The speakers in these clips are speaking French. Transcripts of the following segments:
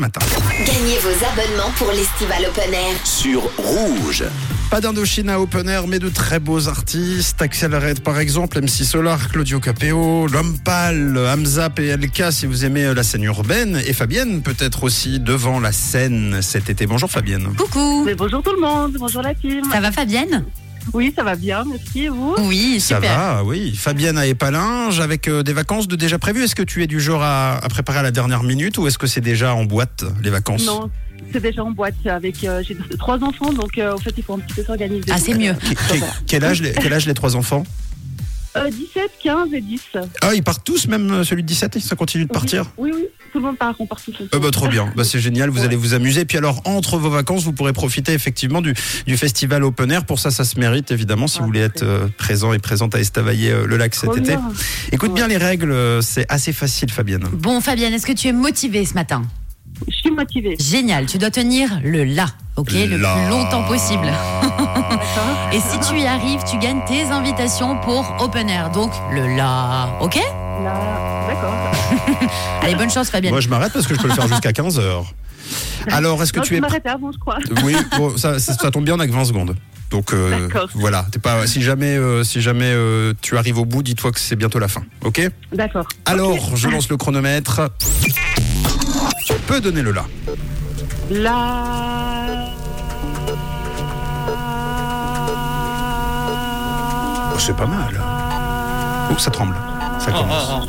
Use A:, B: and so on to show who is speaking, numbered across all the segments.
A: matin.
B: Gagnez vos abonnements pour l'Estival Open Air.
C: sur Rouge.
A: Pas d'Indochine à open air, mais de très beaux artistes. Axel Red, par exemple, MC Solar, Claudio Capéo, L'Homme Pâle, Hamza PLK, si vous aimez euh, la scène urbaine. Et Fabienne, peut-être aussi devant la scène cet été. Bonjour Fabienne.
D: Coucou,
E: Mais bonjour tout le monde, bonjour la team.
D: ça va Fabienne
E: Oui, ça va bien, merci. Et vous
D: Oui,
A: Ça va, oui. Fabienne à Épalinges, avec euh, des vacances de déjà prévues. Est-ce que tu es du genre à, à préparer à la dernière minute ou est-ce que c'est déjà en boîte, les vacances
E: Non, c'est déjà en boîte avec euh, j'ai trois enfants, donc euh, en fait il faut un petit peu s'organiser.
D: Ah, c'est mieux.
A: Qu- qu- Quel âge, les- quel âge les trois enfants
E: Euh, 17, 15 et 10.
A: Ah, ils partent tous, même euh, celui de 17, ça continue de partir
E: Oui, oui, tout le monde part, on part tous ensemble.
A: Euh, bah, trop bien, bah, c'est génial, vous
E: Ouais.
A: allez vous amuser. Puis alors, entre vos vacances, vous pourrez profiter effectivement du, du festival open air. Pour ça, ça se mérite évidemment si
E: Ah,
A: vous voulez être
E: parfait.
A: euh, présent et présente à Estavayer euh, le lac cet
E: Trop
A: été.
E: Oh, bien.
A: Écoute bien les règles, euh, c'est assez facile, Fabienne.
D: Bon Fabienne, est-ce que tu es motivée ce matin
E: Je suis motivée.
D: Génial, tu dois tenir le là, ok Le plus longtemps possible.
A: Ah.
D: Et si tu y arrives, tu gagnes tes invitations pour Open Air, donc le là, ok
E: Là, d'accord.
D: Allez, bonne chance Fabienne.
A: Moi, je m'arrête parce que je peux le faire jusqu'à 15 heures. Alors, est-ce que
E: Non,
A: tu
E: je
A: es. pr-
E: m'arrêtais avant, je crois.
A: Oui, bon, ça, ça- ça tombe bien, on a que 20 secondes. Donc euh,
E: D'accord.
A: voilà, T'es pas, si jamais, euh, si jamais euh, tu arrives au bout, dis-toi que c'est bientôt la fin, ok
E: D'accord.
A: Alors, je lance le chronomètre. Tu peux donner le là.
E: Là.
A: Oh, c'est pas mal. Oh, ça tremble. Ça commence.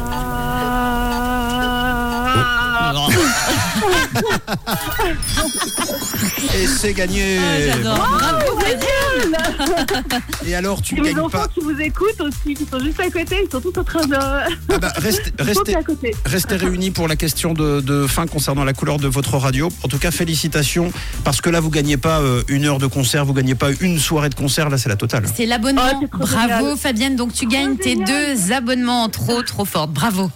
A: Oh, Et c'est gagné.
D: Ah, J'adore, bravo Fabienne.
A: Et alors, tu
E: Et mes
A: gagnes
E: enfants
A: pas.
E: qui vous écoutent aussi, qui sont juste à côté, ils sont tous en train de.
A: Ah bah, restez, restez,
E: sauter à côté.
A: restez réunis pour la question de, de fin concernant la couleur de votre radio. En tout cas, félicitations. Parce que là, vous gagnez pas euh, une heure de concert, vous gagnez pas une soirée de concert. Là, c'est la totale.
D: C'est l'abonnement,
E: Oh, c'est trop
D: bravo
E: génial.
D: Fabienne, donc tu gagnes tes
E: génial.
D: deux abonnements trop trop fortes, bravo.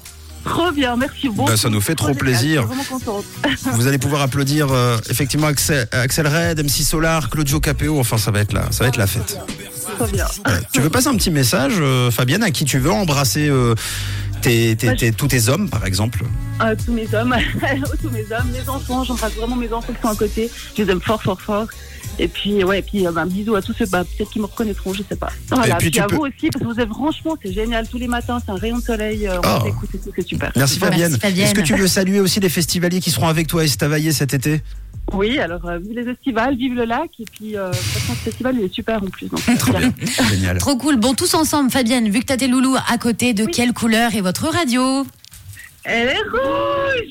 E: Trop bien, merci beaucoup.
A: Bah, ça nous fait trop
E: Trop génial,
A: plaisir.
E: Je suis vraiment contente.
A: Vous allez pouvoir applaudir euh, effectivement Axel, Axel Red, MC Solar, Claudio Capéo. Enfin, ça va être la, ça va être la fête.
E: Trop bien.
A: Ouais. Tu veux passer un petit message, euh, Fabienne, à qui tu veux embrasser euh, tes- tes-
E: Moi, je-
A: tes- tous tes hommes, par exemple
E: à Euh, tous mes hommes, oh, tous mes hommes, mes enfants, j'embrasse vraiment mes enfants qui sont à côté. Je les aime fort, fort, fort. Et puis, ouais, et puis euh, bah, un bisou à tous ceux, bah, peut-être qu'ils me reconnaîtront, je sais pas. Voilà,
A: Et puis
E: puis,
A: tu
E: à
A: peux-
E: vous aussi, parce que vous êtes franchement, c'est génial. Tous les matins, c'est un rayon de soleil. euh,
A: Oh.
E: On vous écoute et tout, c'est super.
A: Merci
D: Bon,
A: Fabienne.
D: merci, Fabienne.
A: Est-ce que tu veux saluer aussi les festivaliers qui seront avec toi à Estavayer cet été
E: Oui, alors, euh, vive les estivales, vive le lac. Et puis, euh, franchement, ce festival, il est super en plus. Donc, euh, voilà.
A: Génial.
D: Trop cool, bon tous ensemble Fabienne, vu que t'as tes loulous à côté, de
E: Oui.
D: quelle couleur est votre radio
E: Elle est rouge!